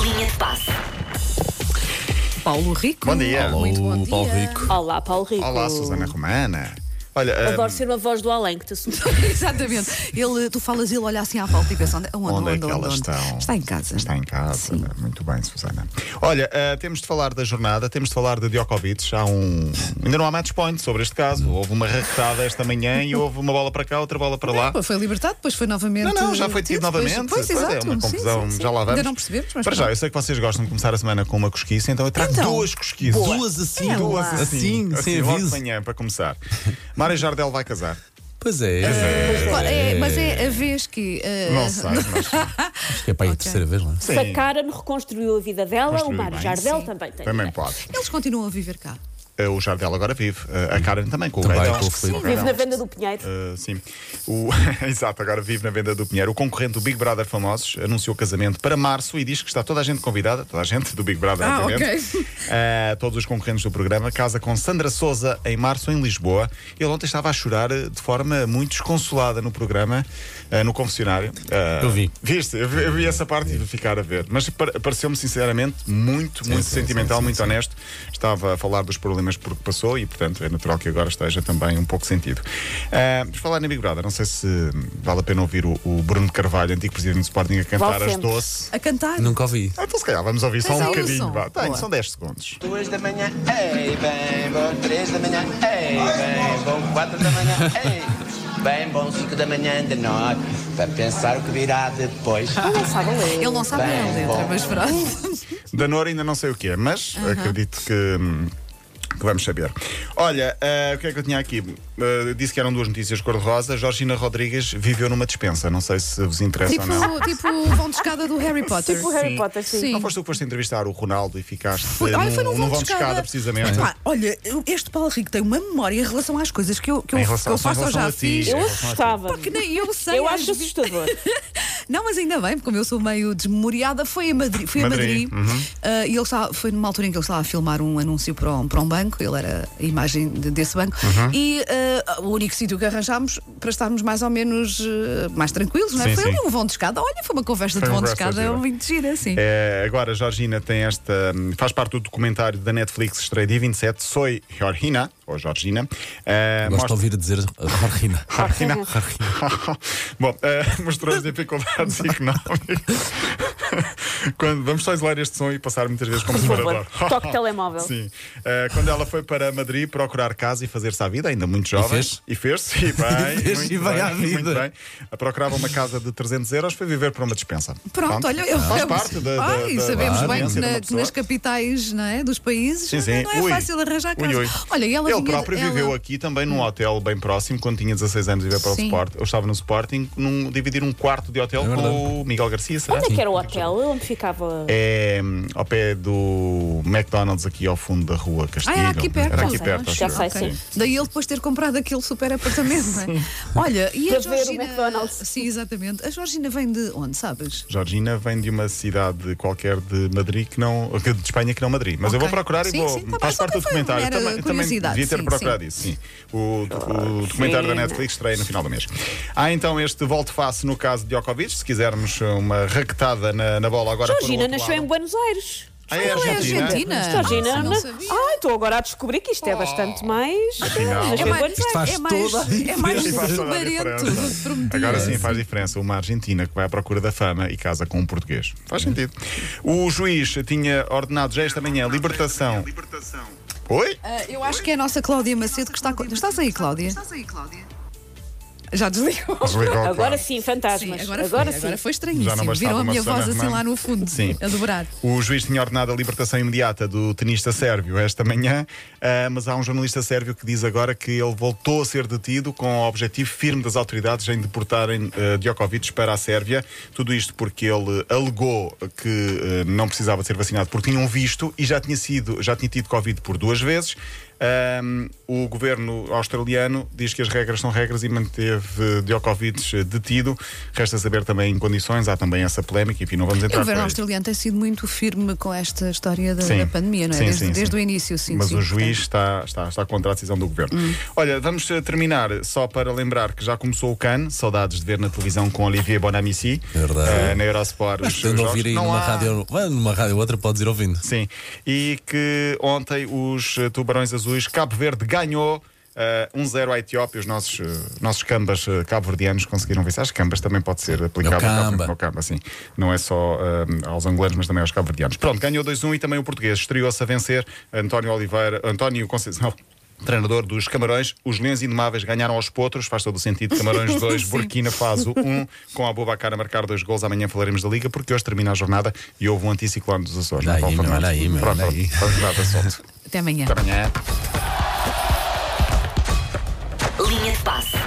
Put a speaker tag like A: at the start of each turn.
A: Linha de passe.
B: Paulo Rico.
C: Bom dia.
D: Olá,
B: Muito bom
D: o Paulo
B: dia.
D: Rico.
E: Olá, Paulo Rico.
C: Olá,
D: Tipo,
C: Susana Romana. Olha,
E: Adoro
C: hum,
E: ser uma voz do além que te assusta.
B: Exatamente. Ele, tu falas e ele olha assim à volta e pensa onde, onde,
C: onde é
B: onde,
C: que elas
B: onde?
C: estão?
B: Está em casa.
C: Está em casa. né?
B: Sim.
C: Muito bem, Susana. Olha, eh, temos de falar da jornada, temos de falar de Djokovic. Há um. Ainda não há match point sobre este caso. Houve uma raquetada esta manhã e houve uma bola para cá, outra bola para lá.
D: Pô, Foi libertado, depois foi novamente.
C: Não, não, já foi tido
D: depois-
C: novamente.
D: Pois,
C: Pois
D: exato.
C: é uma
D: Sim,
C: confusão,
D: sim, sim.
C: já lá vamos.
D: Ainda não percebemos, mas.
C: Para já, eu sei que vocês gostam de começar a semana com uma cosquice, então eu trago
B: Então,
C: duas cosquices.
D: duas assim?
C: Duas
D: Ela.
C: assim,
D: Assim, sem
C: logo de
D: aviso?
C: manhã, para começar. Mário Jardel vai casar.
D: Pois é.
B: Claro, é, mas é a vez que. eh,
C: Não sei, mas
D: Acho que é para aí a terceira vez, não é?
E: Se a Karen reconstruiu a vida dela,
C: Construiu
E: o Mário
C: bem,
E: Jardel
C: sim.
E: também tem.
C: também pode.
B: eles continuam a viver cá.
C: Eh, O Jardel agora vive. Eh, A Karen também, com o
D: Uhum. Também,
C: Rei
D: com o
C: Dão.
D: Filipe.
C: Com o Rei
E: Vive na
C: Dão.
E: venda do Pinheiro.
C: Uh, sim. O- Exato, agora vive na venda do Pinheiro. O concorrente do Big Brother Famosos anunciou casamento para março e diz que está toda a gente convidada, toda a gente do Big Brother,
B: Ah,
C: obviamente. Uh, todos os concorrentes do programa. Casa com Sandra Souza em março em Lisboa. Ele ontem estava a chorar uh, de forma muito desconsolada no programa, uh, no confessionário. Uh,
D: Eu vi.
C: Viste, eu vi, eu vi essa parte e vou ficar a ver. Mas pare- pareceu-me sinceramente muito, muito
D: sim,
C: sentimental,
D: sim, sim,
C: muito
D: sim.
C: honesto. Estava a falar dos problemas por que passou e, portanto, é natural que agora esteja também um pouco sentido. Ah, Por falar na Big Brother, não sei se vale a pena ouvir o, o Bruno Carvalho, antigo presidente do Sporting, a cantar
E: Vale
C: as
E: sempre.
C: doce.
B: A cantar.
D: Nunca ouvi.
C: Ah, Então, se calhar, vamos ouvir só
B: Tens
C: um
B: aí o
C: bocadinho.
B: som?
C: vá. Tenho,
B: Boa.
C: são 10 segundos.
F: Duas da manhã, ei, bem bom. Três da manhã, ei, bem bom. Quatro da manhã, ei, bem bom. Cinco da manhã, de nove. Para pensar o que virá depois.
E: Não sabe ler.
B: Ele não sabe
F: Bem,
B: bem a letra,
F: bom.
B: mas pronto.
C: Danor ainda não sei o que é, mas acredito que. hum, que vamos saber. Olha, ah, o que é que eu tinha aqui? Ah, disse que eram duas notícias cor-de-rosa. Georgina Rodrigues viveu numa dispensa. Não sei se vos interessa ou não.
B: Tipo, tipo o vão de escada do Harry Potter.
E: Tipo o Harry Potter, sim.
B: Sim.
C: Não foste tu que foste entrevistar o Ronaldo e ficaste
B: Foi- olha, foi num vão de escada.
C: precisamente.
B: Pá, olha, este Paulo Rico tem uma memória em relação às coisas que eu, que eu,
C: Em relação-
B: que eu
C: só em
B: faço ou
C: relação
B: já
C: a ti.
B: fiz.
C: Eu-
E: Eu assustava.
B: Que nem eu sei. é
E: Eu
B: às
E: acho
B: vezes.
E: assustador.
C: Ah,
B: Não, mas ainda bem, porque como eu sou meio desmemoriada, foi a Madrid. Foi
C: Madrid, uhum.
B: a Madrid ah, e ele estava, foi numa altura em que ele estava a filmar um anúncio para um, para um banco, ele era a imagem de- desse banco,
C: Uhum.
B: e ah, o único sítio que arranjámos para estarmos mais ou menos ah, mais tranquilos, não é?
C: Sim,
B: foi
C: sim.
B: ali um vão de escada. Olha, foi uma conversa
C: Foi
B: de
C: uma
B: vão de
C: conversa
B: escada,
C: gira.
B: é muito gira, assim.
C: É, agora, a Georgina tem esta. hum, faz parte do documentário da Netflix, estreia dia 27, Soy Georgina, ou Georgina. É,
D: Gosto de
C: mostra-
D: ouvir dizer Rorrina.
C: Georgina. Bom, é, mostrou as dificuldades económicas. Quando, vamos só isolar este som e passar muitas vezes como
E: Por favor,
C: separador.
E: toque telemóvel.
C: Sim. É, quando ela foi para Madrid procurar casa e fazer-se à vida, ainda muito jovem.
D: fez?
C: E fez-se. E bem.
D: E fez,
C: muito
D: e vai
C: bem,
D: à vida.
C: Muito bem. Procurava uma casa de 300 euros, foi viver para uma dispensa.
B: Pronto, olha, eu
C: Faz parte da- da-
B: Ai,
C: da-
B: sabemos
C: da
B: bem que,
C: vivência de
B: na-
C: uma
B: que nas
C: pessoa.
B: capitais não é, dos países
C: Sim, sim.
B: não é
C: Ui.
B: fácil arranjar
C: Ui,
B: casa.
C: ui.
B: Olha, e ela
C: Ele
B: vinha de-
C: próprio
B: ela- Hum.
C: viveu aqui também num hotel bem próximo, quando tinha 16 anos e veio para o
B: Sim.
C: Sporting. Eu estava no Sporting, num, dividir um quarto de hotel
D: É verdade.
C: com o Miguel Garcia, será?
E: Onde é que era o hotel? Onde ficava.
C: É hum, ao pé do McDonald's, aqui ao fundo da rua Castilho.
B: Ah, era aqui perto.
C: Era aqui
B: Ah,
C: perto,
E: já
C: acho
E: sei,
C: eu.
E: sim.
B: Ok. Daí ele depois ter comprado aquele super apartamento, não é? Olha, e a
E: Para ver o
B: Georgina.
E: McDonald's.
B: Sim, exatamente. A Georgina vem de onde, sabes?
C: Georgina vem de uma cidade qualquer de Madrid que não. que- de Espanha que não Madrid. Mas eu
B: Ok.
C: vou procurar
B: Sim,
C: e vou.
B: sim, tá bem,
C: faz
B: só
C: parte do
B: foi uma
C: documentário.
B: mera
C: Também, também
B: curiosidade,
C: devia ter
B: sim,
C: procurado isso, sim. O, o documentário da Netflix estreia no final do mês. Há então este volte-face no caso de Djokovic, se quisermos uma raquetada na, na bola agora. por
E: Georgina
C: outro
E: nasceu em
C: lado.
E: Buenos Aires.
C: Ah,
B: Ela é argentina.
E: Georgina.
B: Ah, não
E: na-
B: sabia.
E: Ai, estou agora a descobrir que isto é bastante mais.
C: Oh. Afinal.
E: Nasceu
C: É
E: em
C: mais-
E: Buenos
D: isto
E: Aires.
D: faz
B: é mais,
D: toda a
B: é mais
C: E faz toda a
B: barento
C: diferença.
B: do que prometia.
C: Agora sim faz diferença. Uma Argentina que vai à procura da fama e casa com um português. Faz
B: Hum.
C: sentido. O juiz tinha ordenado já esta manhã libertação. Oi?
B: Ah, eu acho que é a nossa Cláudia Macedo que está. co- Estás aí, Cláudia? Estás aí, Cláudia? Já desligou.
C: Desligou, claro.
E: Agora sim,
B: Sim,
E: fantasmas.
B: agora, foi,
E: sim.
B: agora foi
C: Já não
B: estranhíssimo.
C: bastava
B: Viram a
C: uma
B: minha voz
C: Susana
B: assim lá
C: Romana?
B: no fundo,
C: Sim.
B: a dobrar.
C: O juiz tinha ordenado a libertação imediata do tenista sérvio esta manhã, ah, mas há um jornalista sérvio que diz agora que ele voltou a ser detido com o objetivo firme das autoridades em deportarem ah, Djokovic para a Sérvia. Tudo isto porque ele alegou que ah, não precisava de ser vacinado porque tinha um visto e já tinha sido, já tinha tido Covid por duas vezes. Ahm, o governo australiano diz que as regras são regras e manteve Djokovic detido. Resta saber também em condições, há também essa polémica, enfim, não vamos
B: O
C: entrar
B: governo
C: por aí.
B: australiano tem sido muito firme com esta história da,
C: é Sim.
B: da pandemia, não é?
C: Sim,
B: desde
C: sim,
B: desde
C: sim.
B: o início, sim.
C: Mas
B: sim,
C: o
B: portanto. Hum.
C: juiz está, está, está contra a decisão do governo. Olha, vamos eh, terminar só para lembrar que já começou o CAN, saudades de ver na televisão com Olivier Bonamici,
D: Verdade.
C: eh, na Eurosport. os- os
D: Tendo a
C: jogos.
D: ouvir aí
C: Não
D: numa
C: há-
D: rádio, vai numa rádio ou outra, podes ir ouvindo.
C: Sim, e que ontem os eh, Tubarões Azuis, Cabo Verde ganhou. eh, 1-0 à Etiópia, os nossos, eh, nossos cambas eh, cabo-verdianos conseguiram vencer. Acho que cambas também pode ser aplicado ao
D: camba.
C: Cabo, ao camba sim. Não é só eh, aos angolanos, mas também aos cabo-verdianos. Pronto, ganhou 2-1 e também o português estreou-se a vencer António Oliveira, António Conceição. Treinador dos Camarões, os Leões Indomáveis ganharam aos Potros, faz todo o sentido. Camarões 2, Burkina Faso 1, um, com a Bubacar a marcar dois gols. Amanhã falaremos da Liga, porque hoje termina a jornada e houve um anticiclone dos Açores.
D: Olha aí,
C: Paulo
D: meu,
C: Fernandes.
D: olha aí, meu,
C: Pronto,
D: olha aí.
C: pronto, vamos dar assunto.
B: Até amanhã.
C: Até amanhã.
A: Linha de passe.